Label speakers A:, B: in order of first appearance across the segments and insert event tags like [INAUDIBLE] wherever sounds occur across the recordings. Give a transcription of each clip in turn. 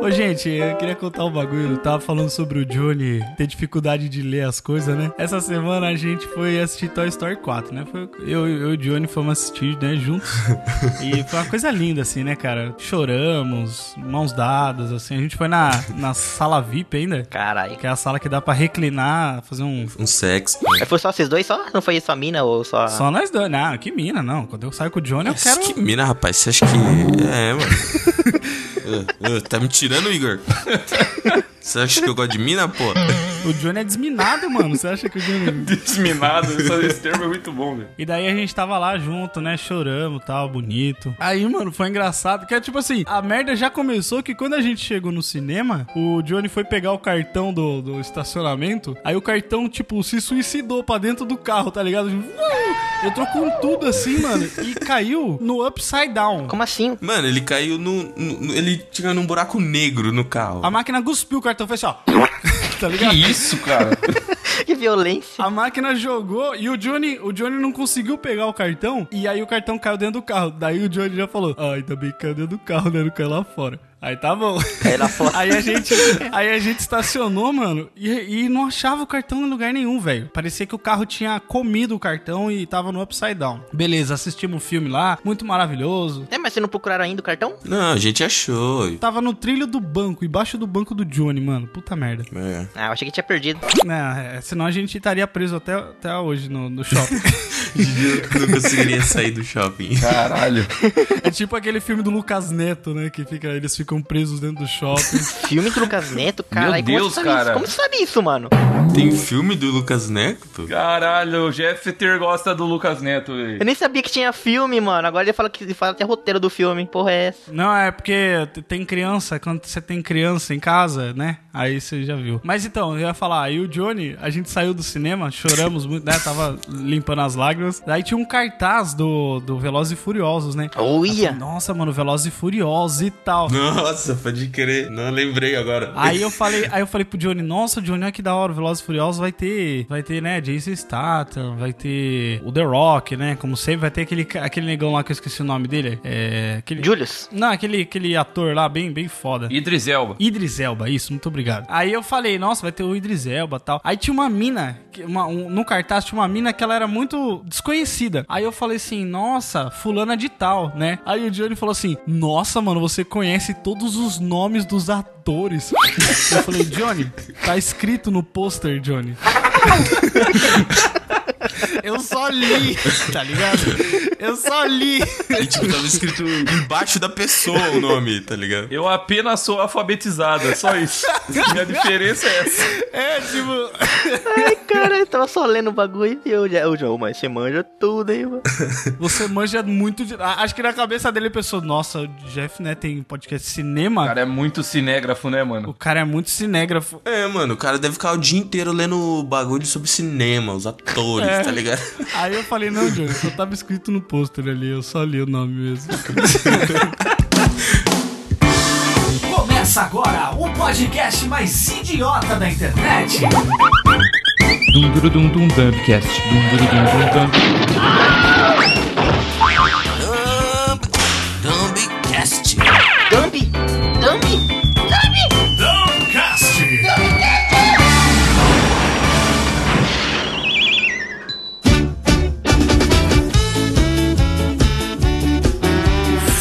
A: Ô, gente, eu queria contar um bagulho. Eu tava falando sobre o Johnny ter dificuldade de ler as coisas, né? Essa semana a gente foi assistir Toy Story 4, né? Foi- eu, eu e o Johnny fomos assistir, né, juntos. E foi uma coisa linda, assim, né, cara? Choramos, mãos dadas, assim. A gente foi na, na sala VIP ainda,
B: Caralho.
A: que é a sala que dá pra reclinar, fazer um.
C: Um sexo.
B: Mas Foi só vocês dois só? Não foi só a mina ou só.
A: Só nós dois. Não, que mina, não. Quando eu saio com o Johnny, eu quero.
C: Que mina, rapaz. Você acha que.
A: [LAUGHS]
C: É, mano. Ah, ah, tá me tirando, Igor? Você acha que eu gosto de mina, pô?
A: O Johnny é desminado, mano. Você acha que o Johnny.
D: Desminado, só esse termo é muito bom, velho.
A: E daí a gente tava lá junto, né? Choramos tal, bonito. Aí, mano, foi engraçado. Que é tipo assim, a merda já começou que quando a gente chegou no cinema, o Johnny foi pegar o cartão do, do estacionamento. Aí o cartão, tipo, se suicidou pra dentro do carro, tá ligado? Tipo, "Uau!" Entrou com tudo assim, mano. E caiu no upside down.
B: Como assim? [LAUGHS]
C: Mano, ele caiu no. no- no- ele tinha num buraco negro no carro.
A: A máquina cuspiu o cartão, fez assim, ó. [LAUGHS] Tá
D: Que
A: ligado?
D: isso, cara?
B: Que violência.
A: A máquina jogou e o Johnny, o Johnny não conseguiu pegar o cartão. E aí o cartão caiu dentro do carro. Daí o Johnny já falou: Ah, ainda bem que caiu dentro do carro, né? Não caiu lá fora. Aí tá bom. [LAUGHS]
B: Aí lá fora.
A: Aí a gente, aí a gente estacionou, mano, e, e não achava o cartão em lugar nenhum, velho. Parecia que o carro tinha comido o cartão e tava no upside down. Beleza, assistimos o filme lá, muito maravilhoso.
B: É, mas vocês não procuraram ainda o cartão?
C: Não, a gente achou.
A: Tava no trilho do banco, embaixo do banco do Johnny, mano. Puta merda.
C: É.
B: Ah, eu achei que tinha perdido.
A: Né, é, senão a gente estaria preso até, até hoje no, no shopping.
C: Eu não conseguiria sair do shopping.
D: Caralho.
A: É tipo aquele filme do Lucas Neto, né? Que fica, eles ficam presos dentro do shopping.
B: Filme do Lucas Neto, cara.
D: Meu
B: como você
D: Deus,
B: sabe
D: cara.
B: Isso? Como você sabe isso, mano?
C: Tem filme do Lucas Neto?
D: Caralho, o Jeffter gosta do Lucas Neto,
B: Eu
D: velho.
B: nem sabia que tinha filme, mano. Agora ele fala que ele fala até roteiro do filme. Porra, é essa?
A: [LAUGHS] Não, é porque t- tem criança, quando você tem criança em casa, né? Aí você já viu. Mas então, eu ia falar, aí o Johnny, a gente saiu do cinema, choramos muito, né? Tava limpando as lágrimas. Daí tinha um cartaz do, do Velozes e Furiosos, né?
B: Uia!
A: Nossa, mano, Velozes e Furiosos e tal.
C: Nossa, pode crer. Não lembrei agora.
A: Aí eu falei, aí eu falei pro Johnny, nossa, Johnny, olha que da hora, o Velozes e Furiosos vai ter, vai ter, né, Jason Statham, vai ter o The Rock, né, como sempre, vai ter aquele, ca- aquele negão lá que eu esqueci o nome dele, é, aquele,
B: Julius.
A: não, aquele, aquele ator lá, bem, bem foda.
D: Idris Elba.
A: Idris Elba, isso, muito obrigado. Aí eu falei, nossa, vai ter o Idris Elba tal. Aí tinha uma mina, que- uma- um- no cartaz tinha uma mina que ela era muito desconhecida. Aí eu falei assim, nossa, fulana de tal, né? Aí o Johnny falou assim, nossa, mano, você conhece todos os nomes dos [LAUGHS] atores. eu falei, Johnny, tá escrito no pôster, Johnny. [LAUGHS] Eu só li, tá ligado? Eu só li.
C: E, tipo, tava escrito embaixo da pessoa o nome, tá ligado?
D: Eu apenas sou alfabetizada, só isso. Minha diferença é essa.
A: É, tipo,
B: Ai, cara, eu tava só lendo o bagulho e eu já. Ô, João, mas você manja tudo, hein, mano?
A: Você manja muito de. Ah, Acho que na cabeça dele pensou, nossa, o Jeff, né, tem podcast de cinema.
D: Cara, é muito cinégrafo, né, mano?
A: O cara é muito cinégrafo.
C: É, mano, o cara deve ficar o dia inteiro lendo bagulho sobre cinema, os atores,
D: É.
C: tá ligado?
A: Aí eu falei, não, Johnny, só tava escrito no pôster ali, eu só li o nome mesmo.
E: Começa agora o podcast mais idiota da internet.
D: Dum dum dum dum dumpcast. Dum dum dum dum
C: Dumbcast.
B: Dumbi! Dumbi!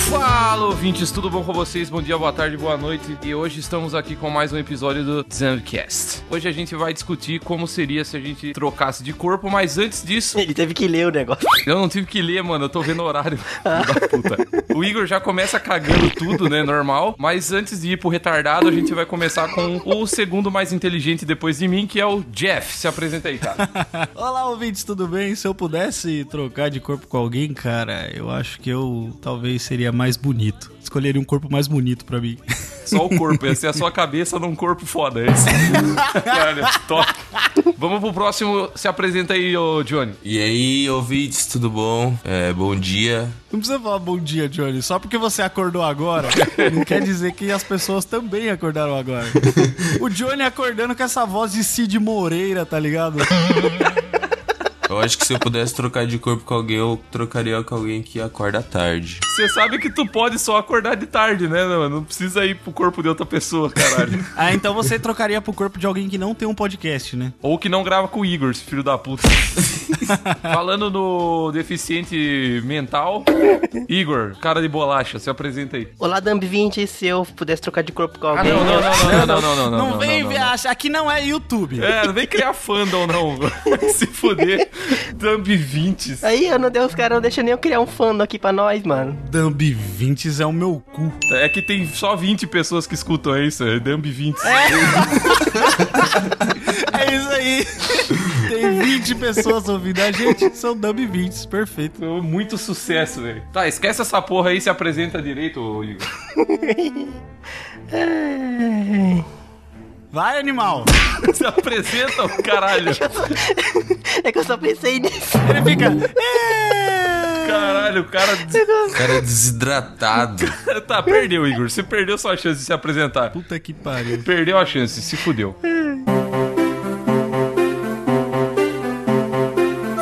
D: Fala, ouvintes, tudo bom com vocês? Bom dia, boa tarde, boa noite. E hoje estamos aqui com mais um episódio do Dumpcast. Hoje a gente vai discutir como seria se a gente trocasse de corpo, mas antes disso,
B: Ele teve que ler o negócio.
D: Eu não tive que ler, mano. Eu tô vendo o horário. [LAUGHS] Filho da puta. O Igor já começa cagando tudo, né? Normal. Mas antes de ir pro retardado, a gente vai começar com o segundo mais inteligente depois de mim, que é o Jeff. Se apresenta aí, cara.
A: [LAUGHS] Olá, ouvintes, tudo bem? Se eu pudesse trocar de corpo com alguém, cara, eu acho que eu talvez seria mais bonito. Escolheria um corpo mais bonito pra mim. [LAUGHS]
D: Só o corpo. Essa é a sua cabeça num corpo foda. é [LAUGHS] isso. Caralho, top. Vamos pro próximo. Se apresenta aí, ô Johnny.
C: E aí, ouvintes, tudo bom? É, bom dia.
A: Não precisa falar bom dia, Johnny. Só porque você acordou agora, não quer dizer que as pessoas também acordaram agora. O Johnny acordando com essa voz de Cid Moreira, tá ligado?
C: Ô, Eu acho que se eu pudesse trocar de corpo com alguém, eu trocaria com alguém que acorda tarde.
D: Você sabe que tu pode só acordar de tarde, né, mano? Não precisa ir pro corpo de outra pessoa, caralho.
A: Ah, então você trocaria pro corpo de alguém que não tem um podcast, né?
D: Ou que não grava com o Igor, esse filho da puta. Falando no deficiente mental, Igor, cara de bolacha, se apresenta aí.
B: Olá, Damb20, se eu pudesse trocar de corpo com
D: Ah,
B: alguém.
D: não, não,
B: eu-
D: não, não, não, não, não, não.
A: Não, vem,
D: não, não.
A: viaja. Aqui não é YouTube.
D: É, não vem criar fandom, não. Vai [LAUGHS] se fuder. Thumb 20.
B: Aí, eu não dei, os caras não deixam nem eu criar um fandom aqui pra nós, mano.
A: Dumb 20 é o meu cu.
D: É que tem só 20 pessoas que escutam isso. É Thumb 20.
A: É isso aí. [LAUGHS] Tem 20 pessoas ouvindo a gente, são Dumb 20, perfeito.
D: Muito sucesso, velho. Tá, esquece essa porra aí e se apresenta direito, ô Igor. [LAUGHS]
A: Vai, animal.
D: Se apresenta, ô caralho.
B: É que eu só pensei
A: [LAUGHS]
B: nisso.
A: Ele fica. "É".
D: Caralho, o cara [LAUGHS] des-
C: Cara é desidratado.
D: tá perdeu, Igor. Você perdeu sua chance de se apresentar.
A: Puta que pariu.
D: Perdeu a chance, se fudeu.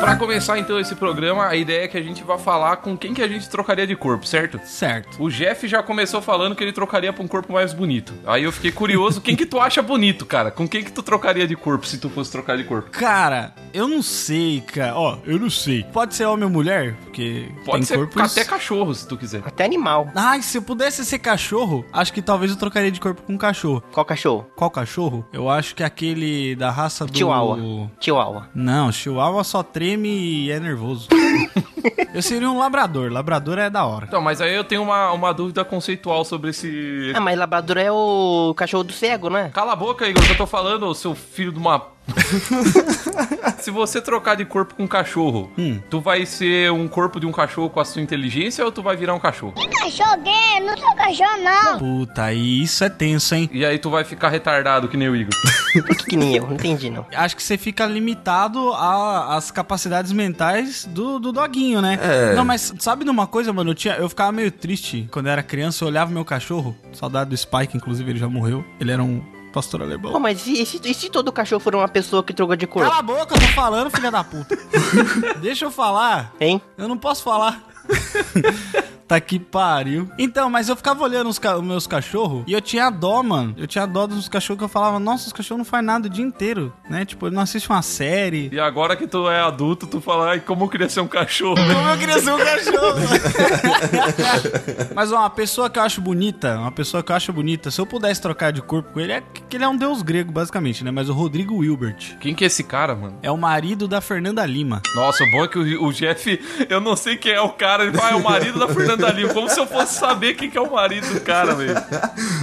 D: Pra começar então esse programa, a ideia é que a gente vá falar com quem que a gente trocaria de corpo, certo?
A: Certo.
D: O Jeff já começou falando que ele trocaria pra um corpo mais bonito. Aí eu fiquei curioso, quem que tu acha bonito, cara? Com quem que tu trocaria de corpo se tu fosse trocar de corpo?
A: Cara, eu não sei, cara. Ó, eu não sei. Pode ser homem ou mulher? Porque
D: Pode
A: tem
D: ser
A: corpos...
D: até cachorro, se tu quiser.
B: Até animal.
A: Ai, se eu pudesse ser cachorro, acho que talvez eu trocaria de corpo com um cachorro.
B: Qual cachorro?
A: Qual cachorro? Eu acho que é aquele da raça do.
B: Chihuahua. Chihuahua.
A: Não, Chihuahua só treme e é [LAUGHS] nervoso. eu seria um labrador. Labrador é da hora.
D: Então, mas aí eu tenho uma, uma dúvida conceitual sobre esse...
B: Ah, mas labrador é o cachorro do cego, né?
D: Cala a boca, Igor, que eu tô falando, ô, seu filho de uma... se você trocar de corpo com um cachorro, tu vai ser um corpo de um cachorro com a sua inteligência ou tu vai virar um cachorro?
F: cachorro gay, não sou cachorro não.
A: Puta, aí isso é tenso, hein?
D: E aí tu vai ficar retardado que nem o Igor.
B: Por que, que nem eu? Não entendi, não.
A: Acho que você fica limitado a- às capacidades mentais do, do doguinho, né?
C: É.
A: Não, mas sabe de uma coisa, mano? Eu, tinha, eu ficava meio triste quando eu era criança. Eu olhava meu cachorro, saudade do Spike, inclusive ele já morreu. Ele era um pastor alemão.
B: Pô, mas e, e se, e se todo cachorro for uma pessoa que trocou de corpo?
A: Cala a boca, eu tô falando, filha da [LAUGHS] puta. Deixa eu falar.
B: Hein?
A: Eu não posso falar. [LAUGHS] tá que pariu. Então, mas eu ficava olhando os ca- meus cachorros e eu tinha dó, mano. Eu tinha dó dos cachorros que eu falava, nossa, os cachorros não fazem nada o dia inteiro, né? Tipo, ele não assiste uma série.
D: E agora que tu é adulto, tu fala, ai, como eu queria ser um cachorro.
A: Como eu queria ser um cachorro. [LAUGHS] Mas ó, uma pessoa que eu acho bonita, uma pessoa que eu acho bonita, se eu pudesse trocar de corpo com ele, é que ele é um deus grego, basicamente, né? Mas o Rodrigo Wilbert.
D: Quem que é esse cara, mano?
A: É o marido da Fernanda Lima.
D: Nossa, o bom é que o, o Jeff, eu não sei quem é o cara, ele fala, ah, é o marido da Fernanda Lima. Como se eu fosse saber quem que é o marido do cara, velho.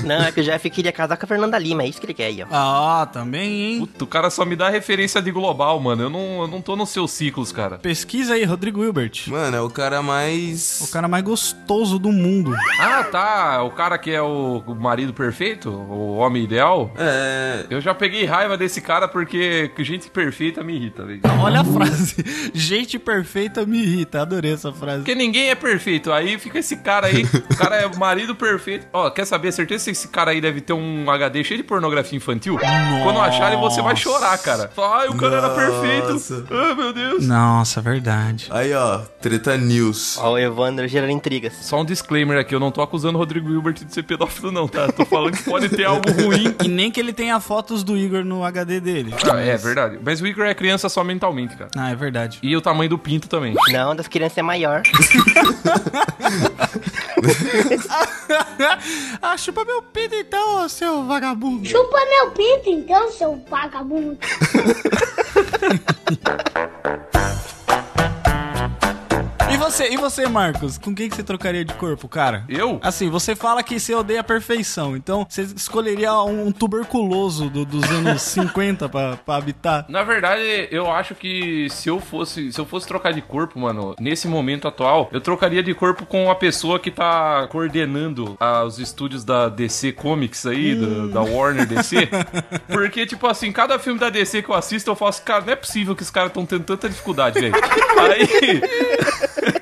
B: Não, é que o Jeff queria casar com a Fernanda Lima, é isso que ele quer aí, ó.
A: Ah, também, hein?
D: Puta, o cara só me dá referência de global, mano. Eu não, eu não tô nos seus ciclos, cara.
A: Pesquisa aí, Rodrigo Wilbert.
C: Mano, é o cara mais.
A: O cara mais gostoso do mundo.
D: Ah, tá. O cara que é o, o marido perfeito, o homem ideal.
C: É.
D: Eu já peguei raiva desse cara porque gente perfeita me irrita, velho.
A: Olha a frase. [LAUGHS] Gente perfeita me irrita. Adorei essa frase.
D: Porque ninguém é perfeito. Aí fica esse cara aí. o cara é o marido perfeito. Ó, quer saber? Certeza que esse cara aí deve ter um HD cheio de pornografia infantil. Quando acharem, você vai chorar, cara. Fala, Ai, o cara era
C: Nossa.
D: perfeito. Ai, meu Deus.
A: Nossa, é verdade.
C: Aí, ó, treta news.
B: Ó, o Evandro gerando intrigas.
D: Só um disclaimer aqui, eu não tô acusando o Rodrigo Hilbert de ser pedófilo, não, tá? Tô falando que pode ter algo
A: [LAUGHS]
D: ruim.
A: E nem que ele tenha fotos do Igor no HD dele.
D: Ah, é verdade. Mas o Igor é criança só mentalmente, cara.
A: Ah, é verdade.
D: E o tamanho do pinto também.
B: Não, das crianças é maior.
A: [LAUGHS] ah, chupa meu pinto então, ô, seu vagabundo.
F: Chupa meu pinto então, seu vagabundo.
A: E você, e você, Marcos? Com quem que você trocaria de corpo, cara?
D: Eu?
C: Ah.
A: Assim, você fala que você odeia a perfeição, então você escolheria um tuberculoso do- dos [LAUGHS] anos 50 pra, pra habitar.
D: Na verdade, eu acho que se eu fosse, se eu fosse trocar de corpo, mano, nesse momento atual, eu trocaria de corpo com a pessoa que tá coordenando ah, os estúdios da DC Comics aí,
C: Hum.
D: da, da Warner DC.
C: [LAUGHS]
D: Porque, tipo assim, cada filme da DC assim,
C: [LAUGHS]
D: [LAUGHS] que eu assisto, eu faço, cara, não é possível que os caras estão tendo tanta dificuldade, velho. Aí.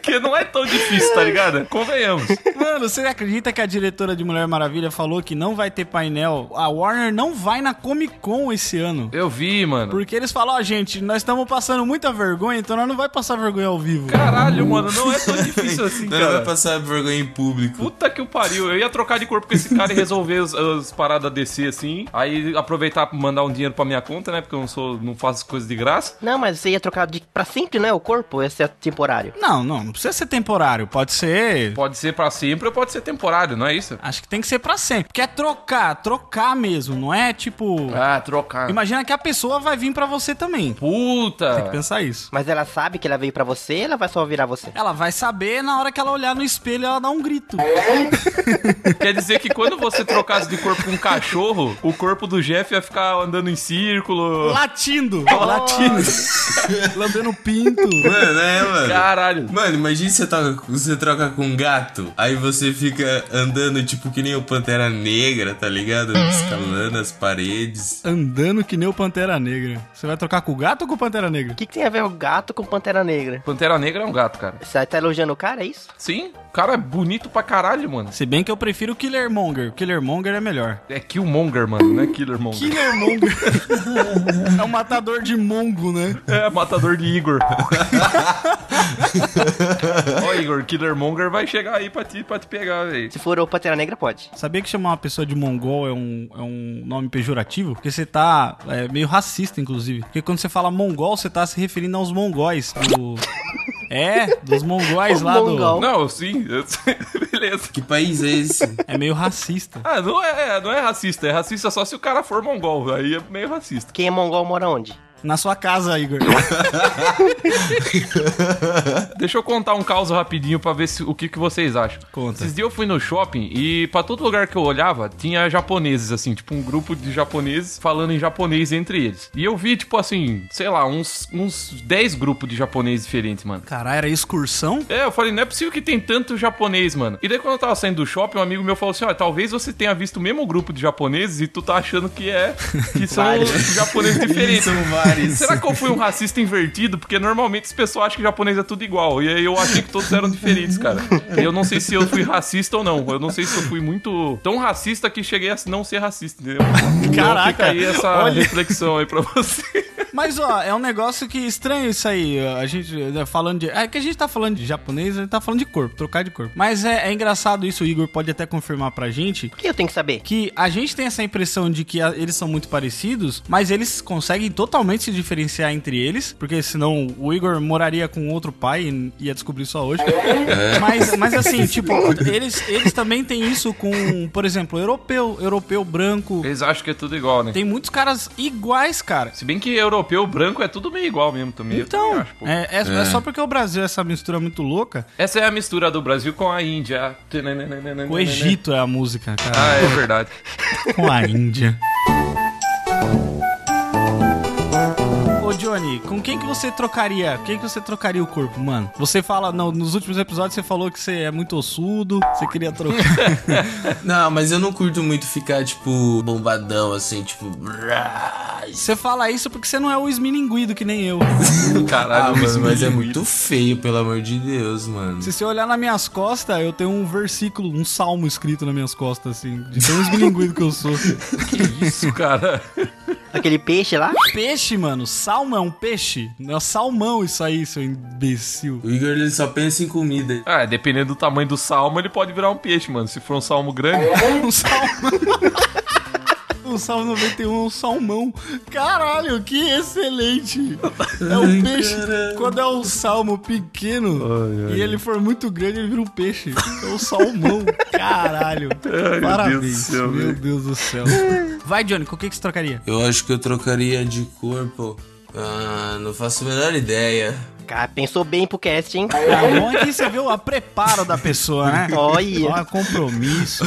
D: Porque não é tão difícil, tá ligado? Convenhamos.
A: Mano, você acredita que a diretora de Mulher Maravilha falou que não vai ter painel? A Warner não vai na Comic Con esse ano.
D: Eu vi, mano.
A: Porque eles falam, ó, gente, nós estamos passando muita vergonha, então nós não vai passar vergonha ao vivo.
D: Caralho, mano, não é tão difícil assim,
C: Não, não vai
D: cara.
C: passar vergonha em público.
D: Puta que o pariu, eu ia trocar de corpo com esse cara e resolver as, as paradas DC assim. Aí aproveitar pra mandar um dinheiro pra minha conta, né? Porque eu não sou, não faço coisas de graça.
B: Não, mas você ia trocar de pra sempre, né? O corpo, esse é temporário.
A: Não, não, não precisa ser temporário, pode ser.
D: Pode ser pra sempre ou pode ser temporário, não é isso?
A: Acho que tem que ser pra sempre. Porque é trocar, trocar mesmo, não é tipo.
D: Ah, trocar.
A: Imagina que a pessoa vai vir pra você também. Tem que
D: Puta!
A: pensar isso.
B: Mas ela sabe que ela veio pra você, ela vai só virar você.
A: Ela vai saber na hora que ela olhar no espelho, ela dá um grito.
D: Quer dizer que quando você trocasse de corpo com um cachorro, o corpo do Jeff ia ficar andando em círculo.
A: Latindo. Latindo. [LAUGHS] Lambendo o pinto.
C: Mano, é, mano.
D: Caralho.
C: Mano, imagina você troca, você troca com um gato, aí você fica andando tipo que nem o Pantera Negra, tá ligado? Escalando as paredes.
A: Andando que nem o Pantera Negra. Você vai trocar com o gato ou com o Pantera Negra?
B: O que, que tem a ver o gato com Pantera Negra?
D: Pantera Negra é um gato, cara.
B: Você tá elogiando o cara, é isso?
D: Sim, o cara é bonito pra caralho, mano.
A: Se bem que eu prefiro o Killer Monger. O Killer Monger é melhor.
D: É Killmonger, mano, não é Killer Monger.
A: Killer Monger. [LAUGHS] é um matador de mongo, né?
D: É, matador de Igor. [LAUGHS] Ó, Igor, Killer Monger vai chegar aí pra te, pra te pegar, velho.
B: Se for o Pantera Negra, pode.
A: Sabia que chamar uma pessoa de mongol é um, é um nome pejorativo? Porque você tá é, meio racista, inclusive. Porque quando você fala mongol, você tá se referindo aos mongóis. [LAUGHS] Do... É, dos mongóis
B: O
A: lá do.
B: mongol.
D: Não, sim, [LAUGHS] eu- beleza.
C: Que país é esse? [LAUGHS]
A: É meio racista.
D: Ah, não é, não é racista, é racista só se o cara for mongol, aí é meio racista.
B: Quem é mongol mora onde?
A: Na sua casa, Igor.
D: Deixa eu contar um caos rapidinho pra ver se, o que, que vocês acham.
A: Conta.
D: Esses dias eu fui no shopping e pra todo lugar que eu olhava, tinha japoneses, assim, tipo um grupo de japoneses falando em japonês entre eles. E eu vi, tipo assim, sei lá, uns, uns 10 grupos de japoneses diferentes, mano.
A: Caralho, era excursão?
D: É, eu falei, não é possível que tem tanto japonês, mano. E daí quando eu tava saindo do shopping, um amigo meu falou assim, ó, talvez você tenha visto o mesmo grupo de japoneses e tu tá achando que é, que
A: [LAUGHS]
D: são
B: Vários.
D: [LAUGHS] japoneses diferentes.
C: São vários.
D: Será que eu fui um racista invertido? Porque normalmente as pessoas acham que japonês é tudo igual. E aí eu achei que todos eram diferentes, cara. E eu não sei se eu fui racista ou não. Eu não sei se eu fui muito tão racista que cheguei a não ser racista, entendeu?
A: Caraca,
D: Então fica aí essa
A: olha.
D: reflexão aí pra você.
A: Mas, ó, é um negócio que estranho isso aí. A gente né, falando de. É que a gente tá falando de japonês, a gente tá falando de corpo, trocar de corpo. Mas é, é engraçado isso, o Igor pode até confirmar pra gente.
B: Por que eu tenho que saber?
A: Que a gente tem essa impressão de que a- eles são muito parecidos, mas eles conseguem totalmente se diferenciar entre eles, porque senão o Igor moraria com outro pai e ia descobrir só hoje. Mas, mas assim, tipo, eles, eles também têm isso com, por exemplo, europeu, europeu branco.
D: Eles acham que é tudo igual, né?
A: Tem muitos caras iguais, cara.
D: Se bem que europeu branco é tudo meio igual mesmo também. eu também
A: Então,
D: acho, pô.
A: é, é- é só porque o Brasil é essa mistura muito louca.
D: Essa é a mistura do Brasil com a Índia. né,
A: O Egito é a música,
D: Ah,
A: cara.
D: é verdade.
A: Com a Índia. Ô Johnny, com quem que você trocaria? Quem que você trocaria o corpo, mano? Você fala, não, nos últimos episódios você falou que você é muito ossudo, você queria
D: [LAUGHS]
A: trocar.
C: Não, mas eu não curto muito ficar, tipo, bombadão, assim, tipo...
A: você fala isso porque você não é o esmilinguido que nem eu.
D: Caralho,
C: Ah, mano, mas é
D: menino.
C: muito feio, pelo amor de Deus, mano.
A: Se você olhar nas minhas costas, eu tenho um versículo, um salmo escrito nas minhas costas, assim, de tão esmilinguido que eu sou.
D: Que isso, cara.
B: Aquele peixe lá?
A: Peixe, mano. Salmo é um peixe? Não é salmão isso aí, seu imbecil.
C: O Igor, ele só pensa em comida.
D: Ah, dependendo do tamanho do salmo, ele pode virar um peixe, mano. Se for um salmo grande.
A: Um salmo. Um salmo 91 é um salmão. Caralho, que excelente! É um peixe. Quando é um salmo pequeno e ele for muito grande, ele vira um peixe. É um salmão. Caralho. Parabéns.
D: Deus do céu,
A: meu
D: velho.
A: Deus do céu. Vai, Johnny, com o que, que você trocaria?
C: Eu acho que eu trocaria de corpo... Ah, não faço a menor ideia.
B: Cara, pensou bem pro cast, hein?
A: É bom é que você vê o preparo da pessoa, né?
B: Olha.
A: Ó, compromisso.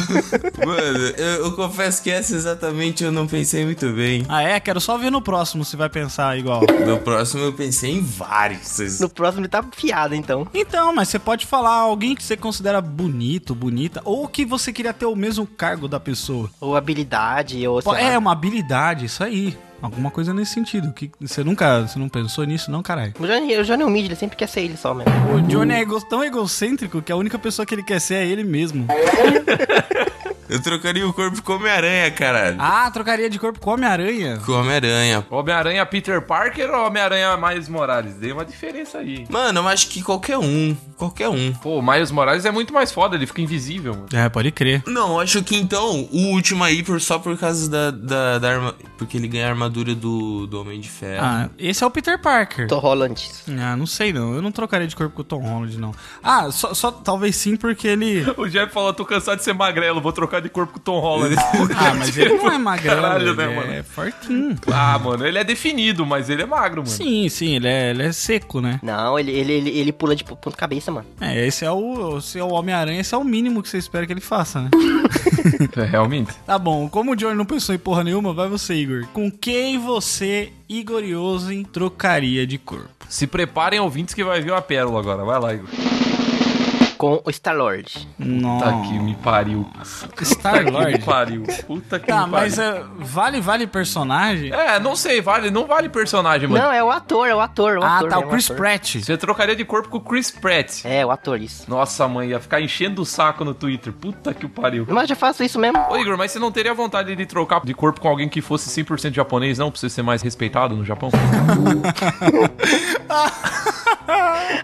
C: Mano, eu, eu confesso que essa exatamente eu não pensei muito bem.
A: Ah, é? Quero só ver no próximo se vai pensar igual. [LAUGHS]
C: No próximo eu pensei em vários.
B: No próximo ele tá fiado, então.
A: Então, mas você pode falar alguém que você considera bonito, bonita, ou que você queria ter o mesmo cargo da pessoa.
B: Ou habilidade, ou
A: Po-
B: sei lá.
A: É uma habilidade, isso aí. Alguma coisa nesse sentido. Que, você nunca você não pensou nisso, não, caralho?
B: O Johnny, o Johnny é humilde, ele sempre quer ser ele só mesmo.
A: O Johnny é ego- tão egocêntrico que a única pessoa que ele quer ser é ele mesmo.
C: Eu trocaria o corpo com Homem-Aranha, caralho.
A: Ah, trocaria de corpo com Homem-Aranha.
C: Com Homem-Aranha.
D: Homem-Aranha Peter Parker ou Homem-Aranha Miles Morales? Deu uma diferença aí.
C: Mano, eu acho que qualquer um. Qualquer um.
D: Pô, o Miles Morales é muito mais foda, ele fica invisível, mano.
A: É, pode crer.
C: Não, eu acho que então o último aí por, só por causa da, da, da arma. Porque ele ganha a armadura do, do Homem de Ferro.
A: Ah, esse é o Peter Parker.
B: Tô Holland.
A: Ah, não sei não. Eu não trocaria de corpo com o Tom Holland, não. Ah, só, só talvez sim porque ele.
D: O Jeff falou, tô cansado de ser magrelo, vou trocar de corpo com o Tom Holland.
A: [LAUGHS] Ah, mas ele não é magrelo.
D: Caralho,
A: ele
D: né, mano?
A: É fortinho.
D: ah, mano, ele é definido, mas ele é magro, mano.
A: Sim, sim, ele é, ele é seco, né?
B: Não, ele, ele, ele, ele pula de ponta cabeça, mano.
A: É, esse é o. Esse é o Homem-Aranha, esse é o mínimo que você espera que ele faça, né?
D: É, realmente.
A: Tá bom, como o Johnny não pensou em porra nenhuma, vai você, Igor. Com quem você, Igor Yosen, trocaria de corpo?
D: Se preparem, ouvintes, que vai vir uma pérola agora. Vai lá, Igor.
B: Com o Star-Lord.
A: Nossa.
D: Puta que me pariu. Puta que
A: Star-Lord.
D: me pariu. Puta que
A: Tá,
D: me pariu.
A: mas é, vale, vale personagem?
D: É, não sei, vale, não vale personagem, mano.
B: Não, é o ator, é o ator, o
A: ah,
B: ator.
A: tá,
B: é
A: o Chris
B: ator.
A: Pratt.
D: Você trocaria de corpo com o Chris Pratt.
B: É, o ator, isso.
D: Nossa, mãe, ia ficar enchendo o saco no Twitter. Puta que o pariu.
B: Mas eu já faço isso mesmo.
D: Ô, Igor, mas você não teria vontade de trocar de corpo com alguém que fosse 100% japonês, não? Pra você ser mais respeitado no Japão?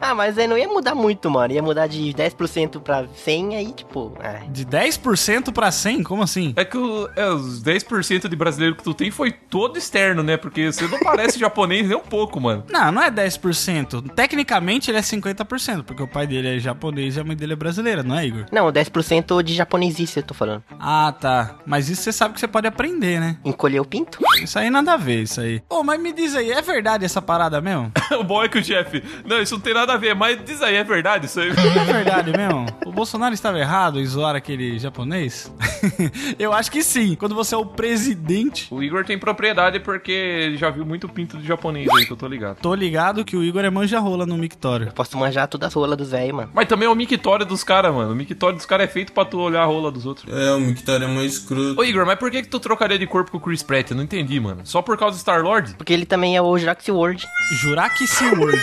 B: Ah, mas aí não ia mudar muito, mano. Ia mudar de 10% pra 100, aí, tipo... ah.
A: De 10% pra 100? Como assim?
D: É que o- é, os 10% de brasileiro que tu tem foi todo externo, né? Porque você não parece [LAUGHS] japonês nem um pouco, mano.
A: Não, não é 10%. Tecnicamente ele é 50%, porque o pai dele é japonês e a mãe dele é brasileira, não é, Igor?
B: Não, 10% de japonesice, eu tô falando.
A: Ah, tá. Mas isso você sabe que você pode aprender, né?
B: Encolher o pinto?
A: Isso aí nada a ver, isso aí. Ô, mas me diz aí, é verdade essa parada mesmo?
D: [LAUGHS] o bom é que o Jeff. Não, isso não tem nada a ver, mas diz aí, é verdade isso aí?
A: É verdade mesmo? O Bolsonaro estava errado em zoar aquele japonês? [LAUGHS] Eu acho que sim. Quando você é o presidente.
D: [LAUGHS] o Igor tem propriedade porque ele já viu muito pinto de japonês aí, que eu tô ligado.
A: Tô ligado que o Igor é manja-rola no mictório.
B: Eu posso manjar toda a rola dos velhos, mano.
D: Mas também é o mictório dos caras, mano. O mictório dos caras é feito pra tu olhar a rola dos outros.
C: É, o Mictório é mais escroto.
D: Ô Igor, mas por que, que tu trocaria de corpo com o Chris Pratt? Eu não entendi, mano. Só por causa do Star-Lord?
B: Porque ele também é o Jurax World.
A: Juraki Seaworld.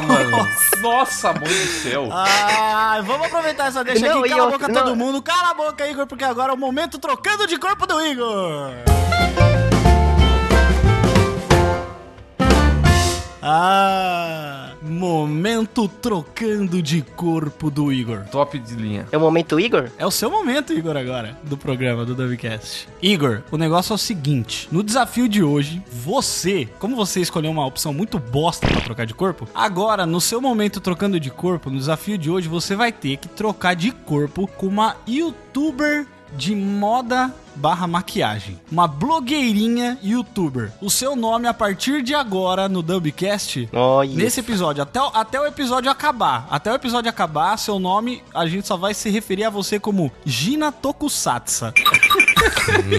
A: [LAUGHS]
D: mano. Nossa, mãe do céu.
A: Ah, vamos aproveitar essa deixa
B: Não,
A: aqui.
B: e
A: Cala a
B: eu-
A: boca
B: não.
A: todo mundo. Cala a boca, Igor, porque agora é o momento trocando de corpo do Igor. Ah, momento trocando de corpo do Igor.
D: Top de linha.
B: É o momento Igor?
A: É o seu momento, Igor, agora, do programa do Dumbcast. Igor, o negócio é o seguinte: no desafio de hoje, você, como você escolheu uma opção muito bosta pra trocar de corpo, agora, no seu momento trocando de corpo, no desafio de hoje, você vai ter que trocar de corpo com uma youtuber de moda barra maquiagem. Uma blogueirinha youtuber. O seu nome a partir de agora no Dumbcast
B: Olha.
A: Nesse episódio, até, o- até o episódio acabar. Até o episódio acabar, seu nome, a gente só vai se referir a você como Gina Tokusatsa.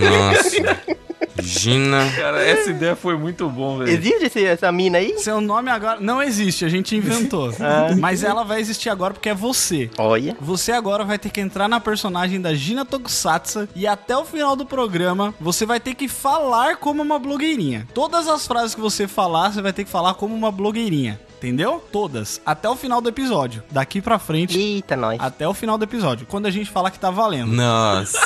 C: Nossa.
A: [LAUGHS]
C: Gina.
D: Cara, essa ideia foi muito bom, velho.
B: Existe esse- essa mina aí?
A: Seu nome agora não existe, a gente inventou. Mas ela vai existir agora porque é você.
B: Olha.
A: Você agora vai ter que entrar na personagem da Gina Tokusatsa e até o final do programa você vai ter que falar como uma blogueirinha. Todas as frases que você falar, você vai ter que falar como uma blogueirinha. Entendeu? Todas. Até o final do episódio. Daqui pra frente,
B: Eita, nós.
A: Até o final do episódio, quando a gente falar que tá valendo.
C: Nossa.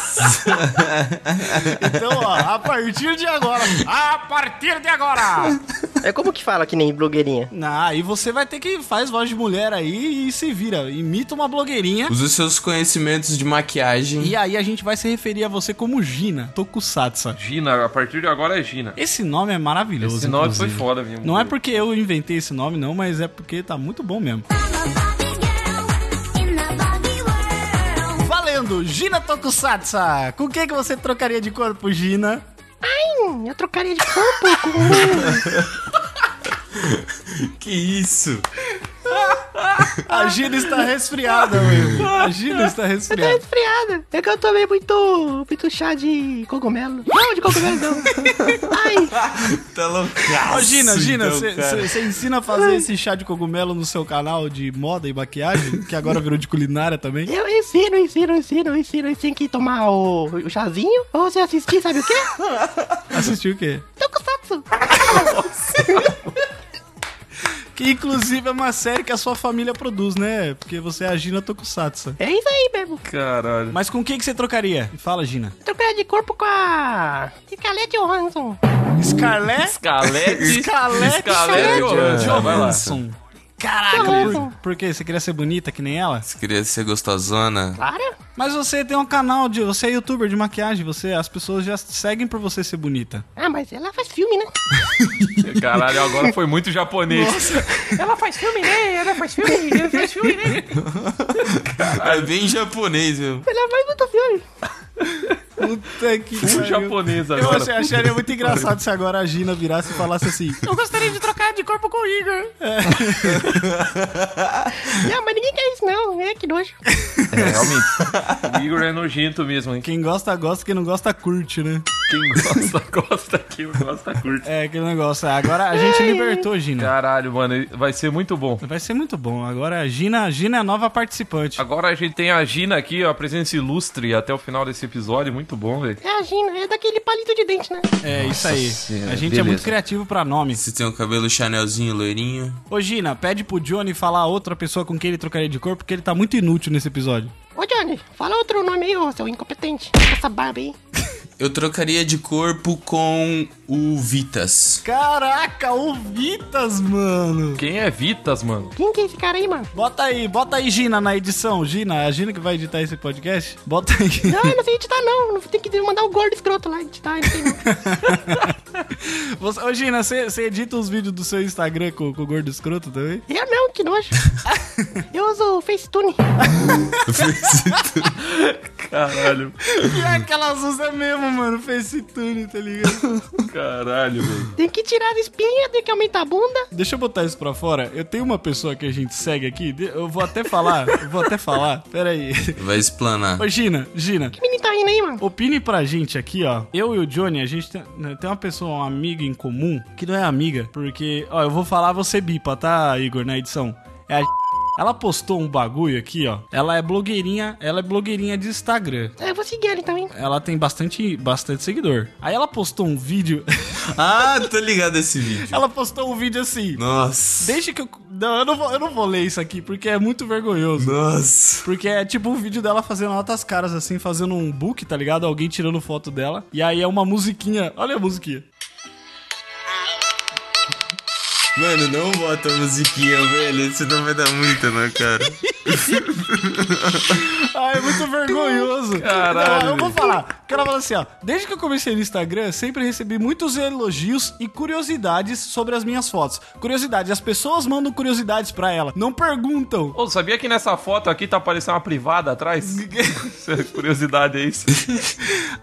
A: Então, ó, a partir de agora. A partir de agora!
B: É como que fala que nem blogueirinha?
A: [LAUGHS] Ah, e você vai ter que faz voz de mulher aí e se vira. Imita uma blogueirinha.
C: Usa os seus conhecimentos de maquiagem.
A: E aí a gente vai se referir a você como Gina Tokusatsa.
D: Gina, a partir de agora é Gina.
A: Esse nome é maravilhoso.
D: Esse nome foi
A: inclusive.
D: foda, viu?
A: Não é porque eu inventei esse nome, não, mas é porque tá muito bom mesmo. Valendo! Gina Tokusatsa! Com quem que você trocaria de corpo, Gina?
B: Hum, eu trocaria de corpo com...
C: Que isso?
A: A Gina está resfriada, meu. A Gina está resfriada.
B: resfriada. É que eu tomei muito, muito chá de cogumelo. Não, de cogumelo não. [LAUGHS] Ai,
C: Tá louco.
A: Ô, Gina, Gina,
C: então,
A: você
C: cara.
A: ensina a fazer esse chá de cogumelo no seu canal de moda e maquiagem, que agora virou de culinária também?
B: eu ensino, ensino, ensino, ensino. Ensino que tomar o, o chazinho. Ou você assistir, sabe o quê?
A: Assistiu o quê?
B: Tokusatsu. isso?
A: Que inclusive é uma série que a sua família produz, né? Porque você é a Gina Tokusatsu.
B: É isso aí mesmo.
D: Caralho.
A: Mas com quem que você trocaria? Fala, Gina.
B: Trocar de corpo com a. Scarlett Johansson.
A: Scarlett?
D: Scalete.
A: Scalete.
D: Scalete. Johansson. Vai lá.
C: Johansson.
A: Caraca, por, por quê? Você queria ser bonita que nem ela?
C: Você queria ser gostosona?
B: Para?
A: Mas você tem um canal de. Você é youtuber de maquiagem, você, as pessoas já seguem por você ser bonita.
B: Ah, mas ela faz filme, né?
D: [LAUGHS] Caralho, agora foi muito japonês.
B: Ela faz filme, né? Ela faz filme, ela faz filme, né?
C: É bem japonês, meu.
B: Ela faz muito filme.
A: Puta que
D: Um
A: pariu.
D: japonês
A: Eu
D: agora.
A: achei, acharia muito engraçado se agora a Gina virasse e falasse assim.
B: Eu gostaria de trocar de corpo com o Igor. É. [LAUGHS] não, mas ninguém quer isso, não. É que nojo.
D: É, realmente. [LAUGHS] O Igor é nojento mesmo, hein?
A: Quem gosta, gosta, quem não gosta, curte, né?
D: Quem gosta, [LAUGHS] gosta. Quem não gosta, curte.
A: É aquele negócio. Agora a gente libertou, Gina.
D: Caralho, mano, vai ser muito bom.
A: Vai ser muito bom. Agora a Gina, a Gina é a nova participante.
D: Agora a gente tem a Gina aqui, ó, a presença ilustre até o final desse episódio. Muito bom, velho.
B: É a Gina, é daquele palito de dente, né?
A: É isso aí.
D: Senhora,
A: a gente é
D: beleza.
A: muito criativo pra nome.
C: Você tem um cabelo chanelzinho loirinho.
A: Ô Gina, pede pro Johnny falar outra pessoa com quem ele trocaria de corpo, porque ele tá muito inútil nesse episódio.
B: Ô, Johnny, fala outro nome aí, ô, seu incompetente. Essa barba aí.
C: Eu trocaria de corpo com o Vitas.
A: Caraca, o Vitas, mano.
D: Quem é Vitas, mano?
B: Quem que é esse cara aí, mano?
A: Bota aí, bota aí Gina na edição. Gina, é a Gina que vai editar esse podcast, bota aí.
B: Não, eu não sei editar, não. Não Tem que mandar o gordo escroto lá editar. Não sei, não.
A: Você, ô Gina, você você edita os vídeos do seu Instagram com, com o gordo escroto [LAUGHS] também?
B: Eu não, que nojo. Eu uso o Facetune.
D: Caralho,
A: E É aquelas usa mesmo, mano, FaceTune, tá ligado?
D: caralho, velho.
B: Tem que tirar a espinha, tem que aumentar a bunda.
A: [LAUGHS] Deixa eu botar isso pra fora. Eu tenho uma pessoa que a gente segue aqui, de- eu vou até falar, [LAUGHS] eu vou até falar. Pera aí.
C: Vai
A: [LAUGHS]
C: explanar.
A: Ô Gina, Gina,
B: Que menino tá indo aí, mano?
A: Opine pra gente aqui, ó. Eu e o Johnny, a gente tem, né, tem uma pessoa, uma amiga em comum, que não é amiga, porque, ó, eu vou falar, você bipa, tá, Igor, na edição. É a [LAUGHS] ela postou um bagulho aqui, ó. Ela é blogueirinha, ela é blogueirinha de Instagram.
B: É, Eu vou seguir ele também.
A: Ela tem bastante, bastante seguidor. Aí ela postou um vídeo, [LAUGHS]
C: Ah, tô ligado esse vídeo.
A: ela postou um vídeo assim.
C: Nossa.
A: Deixa que eu, não, eu não vou, eu não vou ler isso aqui porque é muito vergonhoso.
C: Nossa.
A: Porque é tipo um vídeo dela fazendo altas caras, assim, fazendo um book, tá ligado? Alguém tirando foto dela. E aí é uma musiquinha. Olha a musiquinha. [LAUGHS]
C: Mano, não bota a musiquinha, velho. Você não vai dar muita na cara.
A: Ah, é muito vergonhoso.
D: Caralho.
A: Não, eu vou falar. Porque ela fala assim, ó. Desde que eu comecei no Instagram, sempre recebi muitos elogios e curiosidades sobre as minhas fotos. Curiosidades. As pessoas mandam curiosidades pra ela. Não perguntam.
D: Ô, sabia que nessa foto aqui tá aparecendo uma privada atrás? Isso é Curiosidade é isso.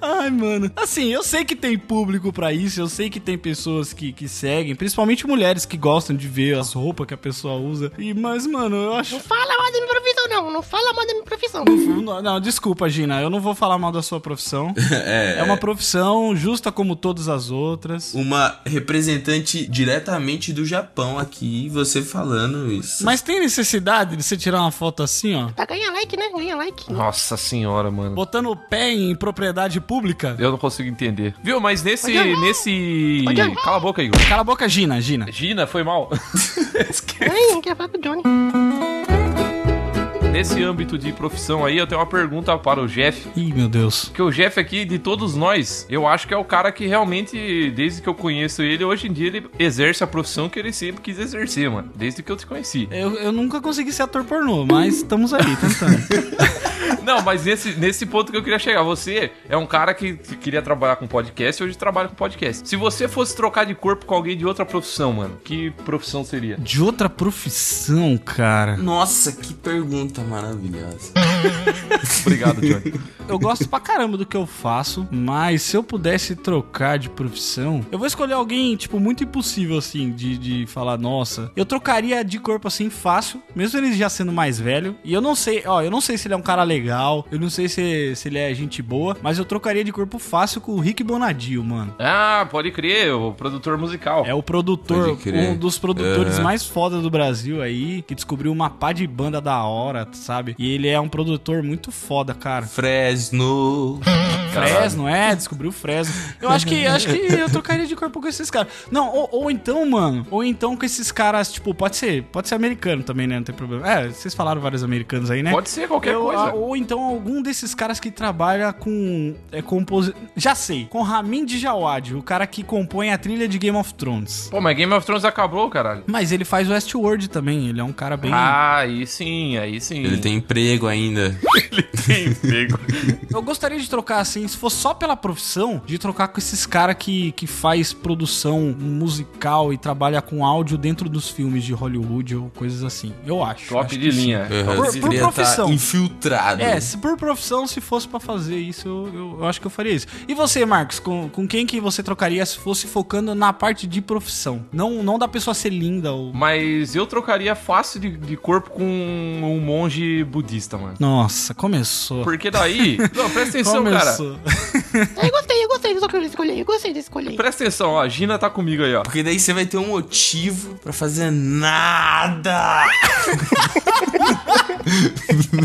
A: Ai, mano. Assim, eu sei que tem público pra isso, eu sei que tem pessoas que, que seguem, principalmente mulheres que gostam de ver as roupas que a pessoa usa. E, mas, mano, eu acho.
B: Não fala mal da minha profissão, não. Não fala mal da minha profissão.
A: Não, não, desculpa, Gina, eu não vou falar mal da sua profissão. [LAUGHS] É, uma profissão justa como todas as outras.
C: Uma representante diretamente do Japão aqui, você falando isso.
A: Mas tem necessidade de você tirar uma foto assim, ó?
B: Pra ganhar like, né? Ganha like.
D: Nossa senhora, mano.
A: Botando o pé em propriedade pública?
D: Eu não consigo entender. Viu, mas nesse.
B: Ô, Johnny.
D: nesse.
B: Ô, Johnny.
D: Cala a boca, Igor.
A: Cala a boca, Gina, Gina.
D: Gina, foi mal.
B: Ai, quer falar com o Johnny.
D: nesse âmbito de profissão aí, eu tenho uma pergunta para o Jeff.
A: Ih, meu Deus.
D: Porque o Jeff aqui, de todos nós, eu acho que é o cara que realmente, desde que eu conheço ele, hoje em dia ele exerce a profissão que ele sempre quis exercer, mano. Desde que eu te conheci.
A: Eu, eu nunca consegui ser ator pornô, mas estamos aí, tentando.
D: Não, mas nesse, nesse ponto que eu queria chegar. Você é um cara que queria trabalhar com podcast e hoje trabalha com podcast. Se você fosse trocar de corpo com alguém de outra profissão, mano, que profissão seria?
A: [LAUGHS] De outra profissão, cara.
C: Nossa, que pergunta maravilhosa.
A: [LAUGHS]
D: Obrigado, Johnny.
A: Eu gosto pra caramba do que eu faço, mas se eu pudesse trocar de profissão, eu vou escolher alguém, tipo, muito impossível, assim, de, de falar, nossa. Eu trocaria de corpo, assim, fácil, mesmo ele já sendo mais velho. E eu não sei, ó, eu não sei se ele é um cara legal, eu não sei se, se ele é gente boa, mas eu trocaria de corpo fácil com o Rick Bonadio, mano.
D: Ah, pode crer, o produtor musical.
A: É o produtor,
C: Pode crer.
A: um dos produtores
C: Aham.
A: mais foda do Brasil aí, que descobriu uma pá de banda da hora, sabe? E ele é um produtor muito foda, cara.
C: Fresno.
A: Fresno, é, descobriu o Fresno. Eu acho que acho que eu trocaria de corpo com esses caras. Não, ou, ou então, mano, ou então com esses caras, tipo, pode ser, pode ser americano também, né? Não tem problema. É, vocês falaram vários americanos aí, né?
D: Pode ser qualquer
A: Eu-
D: coisa.
A: ah, Ou então algum desses caras que trabalha com. É, compos... Já sei, com Ramin Djawad, o cara que compõe a trilha de Game of Thrones.
D: Pô, mas Game of Thrones acabou, caralho.
A: Mas ele faz Westworld também, ele é um cara bem.
D: Ah, aí sim, aí sim.
C: Ele tem emprego ainda.
D: emprego.
A: Eu gostaria de trocar assim, se for só pela profissão, de trocar com esses caras que, que faz produção musical e trabalha com áudio dentro dos filmes de Hollywood ou coisas assim. Eu acho.
D: Top
A: acho
D: de
A: que sim.
D: linha.
C: Uhum.
A: Por-
C: Você
A: por
C: queria tá
A: profissão.
C: infiltrado.
A: É, se por profissão, se fosse pra fazer isso, eu, eu- eu acho que eu faria isso. E você, Marcos, com, com quem que você trocaria se fosse focando na parte de profissão? Não, não da pessoa ser linda ou.
D: Mas eu trocaria fácil de, de corpo com um monge budista, mano.
A: Nossa, começou. [LAUGHS]
D: Porque daí. Não, presta atenção, cara.
A: começou.
B: Eu gostei, eu gostei dessa escolha, eu gostei dessa escolha.
D: Presta atenção, ó. A Gina tá comigo aí, ó.
C: Porque daí você vai ter um motivo pra fazer nada.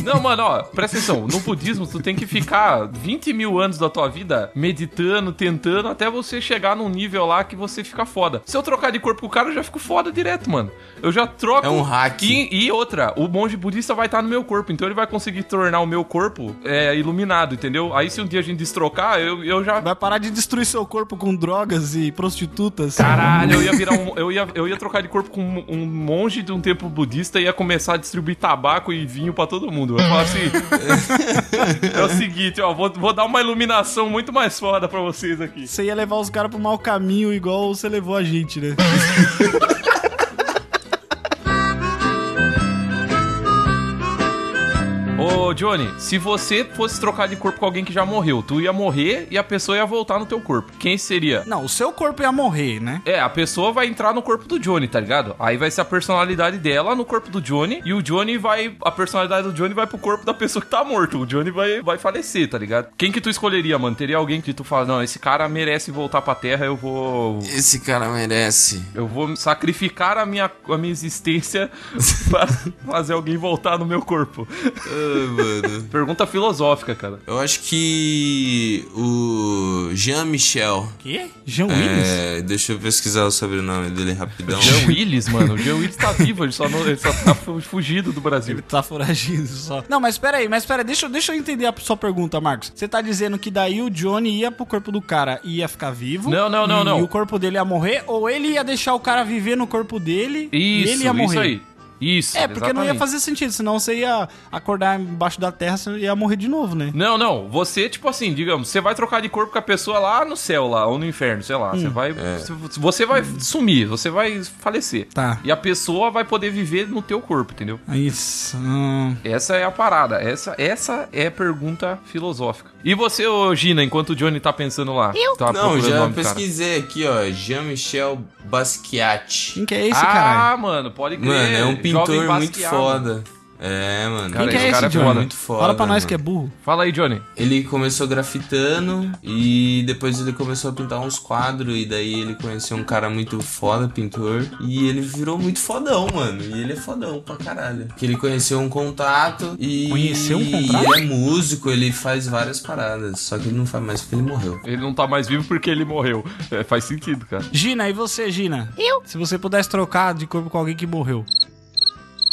D: Não, mano, ó, presta atenção. No budismo, tu tem que ficar 20 mil anos da tua vida meditando, tentando, até você chegar num nível lá que você fica foda. Se eu trocar de corpo com o cara, eu já fico foda direto, mano. Eu já troco.
C: É um hack.
D: E, e outra, o monge budista vai estar no meu corpo, então ele vai conseguir tornar o meu corpo é, iluminado, entendeu? Aí se um dia a gente destrocar, eu, eu já.
A: Vai parar de destruir seu corpo com drogas e prostitutas.
D: Caralho, eu ia virar um. Eu ia, eu ia trocar de corpo com um, um monge de um templo budista e ia começar a distribuir tabaco e vinho pra todo mundo. Eu ia falar assim. [LAUGHS] é o seguinte, ó, vou, vou dar uma iluminação muito mais foda pra vocês aqui.
A: Você ia levar os caras pro mau caminho, igual você levou a gente, né?
D: Ô, Johnny, se você fosse trocar de corpo com alguém que já morreu, tu ia morrer e a pessoa ia voltar no teu corpo. Quem seria?
A: Não, o seu corpo ia morrer, né?
D: É, a pessoa vai entrar no corpo do Johnny, tá ligado? Aí vai ser a personalidade dela no corpo do Johnny e o Johnny vai. A personalidade do Johnny vai pro corpo da pessoa que tá morto. O Johnny vai, vai falecer, tá ligado? Quem que tu escolheria, mano? Teria alguém que tu fala, não, esse cara merece voltar pra terra, eu vou.
C: Esse cara merece.
D: Eu vou sacrificar a minha, a minha existência [LAUGHS] pra fazer alguém voltar no meu corpo.
C: Ai, mano.
D: Pergunta filosófica, cara.
C: Eu acho que o Jean-Michel.
A: Quê? Jean Willis?
C: É, deixa eu pesquisar o sobrenome dele rapidão.
D: Jean Willis, mano. O Jean Willis tá vivo, ele só, não- ele só tá fu- fugido do Brasil.
A: Ele tá foragido [LAUGHS] só. Não, mas peraí, mas peraí, deixa, eu- deixa eu entender a sua pergunta, Marcos. Você tá dizendo que daí o Johnny ia pro corpo do cara e ia ficar vivo?
D: Não, não, não,
A: e
D: não.
A: E o corpo dele ia morrer? Ou ele ia deixar o cara viver no corpo dele e
D: Isso,
A: ele ia morrer?
D: isso aí. Isso,
A: É, porque não ia
D: exatamente.
A: fazer sentido, senão você ia acordar embaixo da terra, você ia morrer de novo, né?
D: Não, não. Você, tipo assim, digamos, você vai trocar de corpo com a pessoa lá no céu, lá, ou no inferno, sei lá.
C: Hum.
D: Você vai.
C: É.
D: Você vai sumir, você vai falecer.
A: Tá.
D: E a pessoa vai poder viver no teu corpo, entendeu?
A: Isso. hum.
D: Essa é a parada. Essa, essa é a pergunta filosófica. E você, ô Gina, enquanto o Johnny tá pensando lá? Eu?
C: Não,
D: Tá procurando o
C: já
D: nome do cara.
C: pesquisei aqui, ó. Jean-Michel Basquiat.
A: Quem que é esse,
D: ah,
A: caralho?
D: mano, pode crer.
C: Mano, é um pintor
D: Jovem
C: muito
D: Basquiat, mano.
C: foda. É, mano.
D: Cara,
A: Quem que
D: esse
A: é
D: cara
A: esse,
D: é
A: Johnny?
D: foda,
C: muito foda,
A: Fala pra nós
C: mano.
A: que é burro.
D: Fala aí, Johnny.
C: Ele começou grafitando e depois ele começou a pintar uns quadros e daí ele conheceu um cara muito foda, pintor, e ele virou muito fodão, mano. E ele é fodão pra caralho. Que ele conheceu um contato e
A: Conheceu um contato?
C: E ele é músico, ele faz várias paradas, só que ele não faz mais porque ele morreu.
D: Ele não tá mais vivo porque ele morreu. É, faz sentido, cara.
A: Gina, e você, Gina? Eu? Se você pudesse trocar de corpo com alguém que morreu.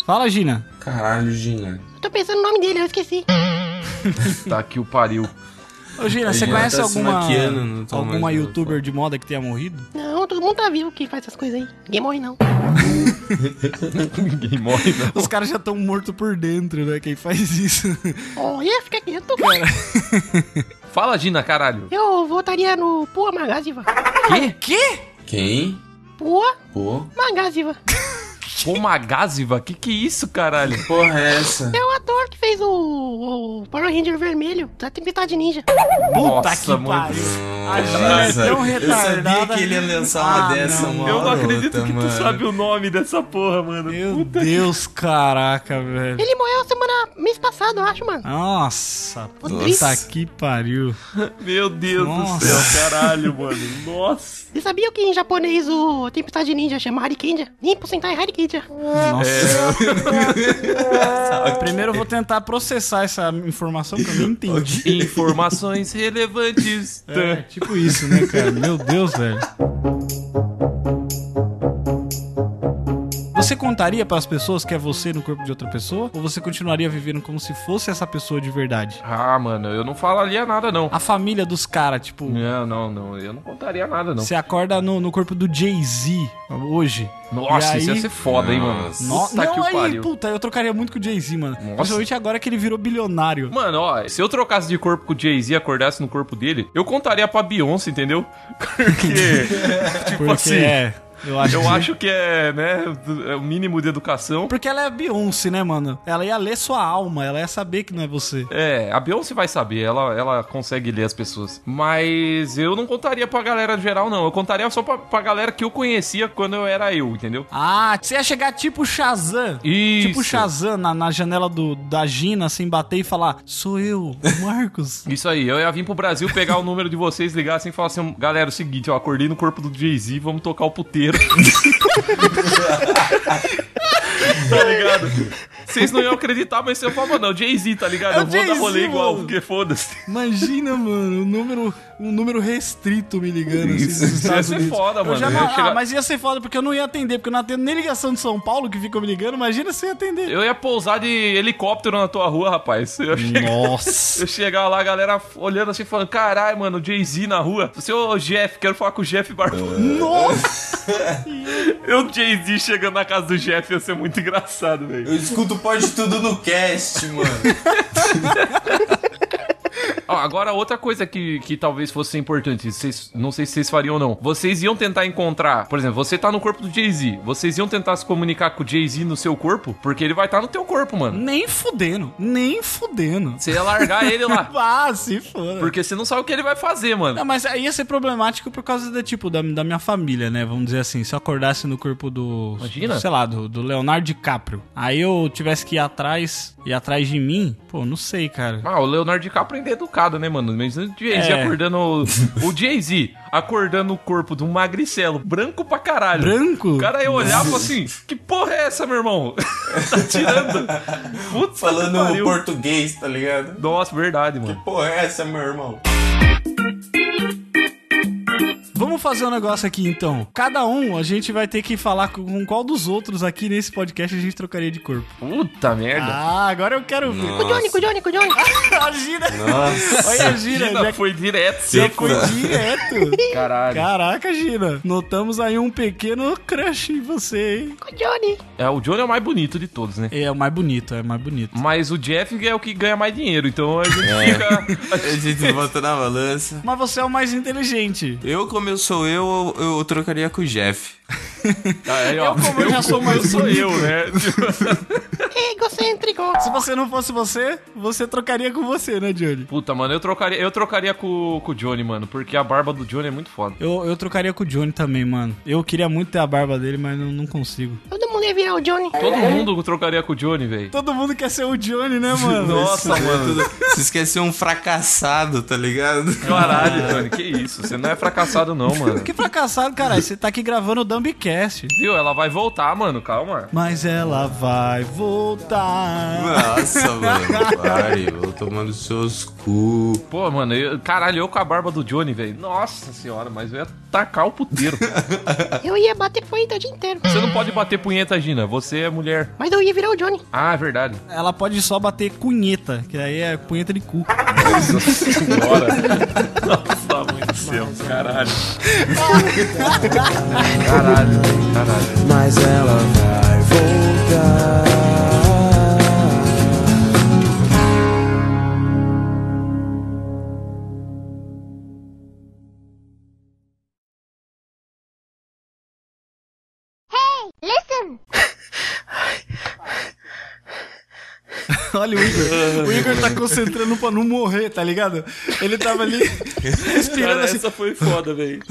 A: Fala, Gina.
C: Caralho, Gina.
B: Eu tô pensando no nome dele, eu esqueci.
D: Tá que o pariu. [LAUGHS]
A: Ô, Gina,
C: A
A: você
C: Gina
A: conhece
C: tá se
A: alguma,
C: maquiando, não tá
A: alguma
C: mais no
A: youtuber de moda que tenha morrido?
B: Não, todo mundo tá vivo que faz essas coisas aí. Ninguém morre, não.
D: Ninguém morre, não.
A: Os caras já estão mortos por dentro, né? Quem faz isso?
B: Olha, fica quieto.
D: Fala, Gina, caralho.
B: Eu votaria no Pua Magaziva.
A: [LAUGHS] Quê?
C: Quem?
B: Pua
C: Pô.
B: Magaziva.
D: Poma Gáziva? Que que é isso, caralho?
C: Que Porra, é essa?
B: É o ator que fez o, o Power Ranger vermelho. Tá tem metade ninja.
A: Puta
D: Nossa,
A: que
D: mano.
A: pariu. A Gina é tão
C: eu sabia
A: retardada.
C: que ele ia lançar uma
A: Ah,
C: dessa,
A: não.
C: uma
D: Eu não
C: hora ou
D: acredito
C: outra,
D: que tu
C: mano.
D: sabe o nome dessa porra, mano.
A: Meu Deus, caraca, velho.
B: Ele morreu semana, mês passado, eu acho, mano.
A: Nossa, puta
C: Nossa.
A: que pariu.
D: Meu Deus
A: Nossa.
D: do céu, caralho, mano. Nossa.
B: Você sabia que em japonês o Tempestade Ninja chama Harikenja? Limpo Sentai é Harikenja.
A: Nossa.
C: É.
A: [LAUGHS] Primeiro eu vou tentar processar essa informação que eu
C: [LAUGHS]
A: nem entendi.
D: Informações [LAUGHS] relevantes.
A: É, tipo isso, né, cara? Meu Deus, velho. Você contaria pras pessoas que é você no corpo de outra pessoa? Ou você continuaria vivendo como se fosse essa pessoa de verdade?
D: Ah, mano, eu não falaria nada, não.
A: A família dos caras, tipo,
D: Não, não, não. Eu não contaria nada, não.
A: você acorda no, no corpo do Jay-Z hoje.
D: Nossa,
A: E
D: isso ia
A: aí-
D: ser foda, hein, mano.
C: Nossa.
A: No-
D: Puta
A: não,
D: que o
A: aí,
D: pariu.
A: puta, eu trocaria muito com o Jay-Z, mano.
D: Nossa.
A: Principalmente agora que ele virou bilionário.
D: Mano, ó, se eu trocasse de corpo com o Jay-Z e acordasse no corpo dele, eu contaria pra Beyoncé, entendeu? [LAUGHS] Porque, tipo
A: Porque
D: assim,
A: é. Eu acho. [LAUGHS]
D: eu
A: que-
D: acho que é, né, é o mínimo de educação.
A: Porque ela é a Beyoncé, né, mano? Ela ia ler sua alma, ela ia saber que não é você.
D: É, a Beyoncé vai saber, ela, ela consegue ler as pessoas. Mas eu não contaria pra galera geral, não. Eu contaria só pra, pra galera que eu conhecia quando eu era eu, entendeu?
A: Ah, você ia chegar tipo Shazam.
D: Isso.
A: Tipo Shazam na, na janela do, da Gina, assim, bater e falar: Sou eu, o Marcos.
D: Isso aí, eu ia vir pro Brasil pegar o número de vocês, ligar assim e falar assim: galera, é o seguinte, eu acordei no corpo do Jay-Z, vamos tocar o puteiro. [LAUGHS] tá ligado? Vocês não iam acreditar, mas você fala, mano, é o Jay-Z, tá ligado?
A: É o
D: eu vou dar
A: Jay-Z,
D: rolê igual,
A: mano.
D: porque foda-se.
A: [LAUGHS] Imagina, mano, um número, um número restrito me ligando. Assim,
C: Isso.
A: dos
D: Isso ia
A: Estados
D: ser
A: Unidos.
D: foda,
A: Eu
D: mano.
A: já
D: Eu
A: não-
D: ia
A: Ah,
D: chegar-
A: mas ia ser foda porque eu não ia atender, porque eu não atendo nem ligação de São Paulo que ficam me ligando. Imagina se eu ia atender.
D: Eu ia pousar de helicóptero na tua rua, rapaz. Eu ia chegar-
A: Nossa.
D: Eu chegava lá, a galera olhando assim, falando: caralho, mano, o Jay-Z na rua. Seu Jeff, quero falar com o Jeff
A: [LAUGHS]
D: Barbosa.
A: Nossa!
D: Eu, Jay-Z, chegando na casa do Jeff ia ser muito engraçado, velho.
C: Eu escuto pode tudo no cast, mano.
D: Ó, agora, outra coisa que, que talvez fosse importante, vocês, não sei se vocês fariam ou não. Vocês iam tentar encontrar, por exemplo, você tá no corpo do Jay-Z. Vocês iam tentar se comunicar com o Jay-Z no seu corpo, porque ele vai estar no teu corpo, mano.
A: Nem fudendo, nem fudendo.
D: Você ia largar ele [LAUGHS] lá.
A: Ah, se foda.
D: Porque você não sabe o que ele vai fazer, mano.
A: Não, mas aí ia ser problemático por causa da, tipo, da, da minha família, né? Vamos dizer assim, se eu acordasse no corpo do.
D: Imagina.
A: Sei lá, do, do Leonardo DiCaprio. Aí eu tivesse que ir atrás, ir atrás de mim, pô, não sei, cara.
D: Ah, o Leonardo DiCaprio ainda é educado, né, mano? Mas o Jay-Z
A: É.
D: acordando. [LAUGHS] o- O Jay-Z acordando o corpo de um magricelo, branco pra caralho.
A: Branco?
D: O cara ia olhar e falar assim: que porra é essa, meu irmão? [LAUGHS] tá tirando. Putz,
C: Falando
D: que pariu.
C: português, tá ligado?
D: Nossa, verdade,
C: Que
D: mano.
C: porra é essa, meu irmão?
A: Vamos fazer um negócio aqui então. Cada um, a gente vai ter que falar com, com qual dos outros aqui nesse podcast a gente trocaria de corpo.
D: Puta merda.
A: Ah, agora eu quero ver. [LAUGHS]
B: Johnny, Johnny, Johnny.
A: A Gina.
C: Nossa.
A: Olha a Gina,
D: Gina
A: já
D: foi direto.
A: já foi direto.
D: Caralho.
A: Caraca, Gina. Notamos aí um pequeno crush em você, hein?
B: Johnny.
D: É, o Johnny é o mais bonito de todos, né?
A: É o mais bonito, é o mais bonito.
D: Mas o Jeff é o que ganha mais dinheiro, então a gente [LAUGHS] fica.
C: A gente bota na balança.
A: Mas você é o mais inteligente.
C: Eu, como eu sou eu, eu, eu trocaria com o Jeff.
D: Aí, ó, eu,
A: como eu já sou mais
D: sou eu, né? [LAUGHS]
B: é Egocêntrico.
A: Se você não fosse você, você trocaria com você, né, Johnny?
D: Puta, mano, eu trocaria, eu trocaria com, com o Johnny, mano, porque a barba do Johnny é muito foda.
A: Eu, eu trocaria com o Johnny também, mano. Eu queria muito ter a barba dele, mas não, não consigo.
B: Todo mundo ia virar o Johnny.
D: Todo mundo trocaria com o Johnny, velho.
A: Todo mundo quer ser o Johnny, né, mano?
D: Nossa, mano.
C: Se esqueceu um fracassado, tá [LAUGHS] ligado?
D: Caralho, Johnny, que isso? Você não é fracassado, não, mano.
A: [LAUGHS] que fracassado, caralho. Você tá aqui gravando o Dumbcast.
D: Viu? Ela vai voltar, mano, calma.
A: Mas ela vai voltar.
C: Nossa, mano. Pare, vou tomando seus cu.
D: Pô, mano, eu- caralho, eu com a barba do Johnny, velho. Nossa senhora, mas eu ia tacar o puteiro.
B: Eu ia bater punheta o dia inteiro.
D: Você não pode bater punheta, Gina. Você é mulher.
B: Mas eu ia virar o Johnny.
D: Ah, é verdade.
A: Ela pode só bater cunheta, que aí é punheta de [LAUGHS] cu.
D: Bora. Nossa, mãe do céu, caralho. Caralho, velho, caralho.
G: mas ela vai voltar.
F: Listen.
H: Olha o Igor. O Igor tá concentrando pra não morrer, tá ligado? Ele tava ali respirando
D: Cara,
H: assim.
D: essa foi foda, velho.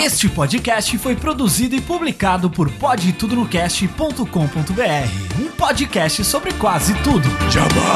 A: Este podcast foi produzido e publicado por podtudonocast.com.br, um podcast sobre quase tudo.
H: Jabá!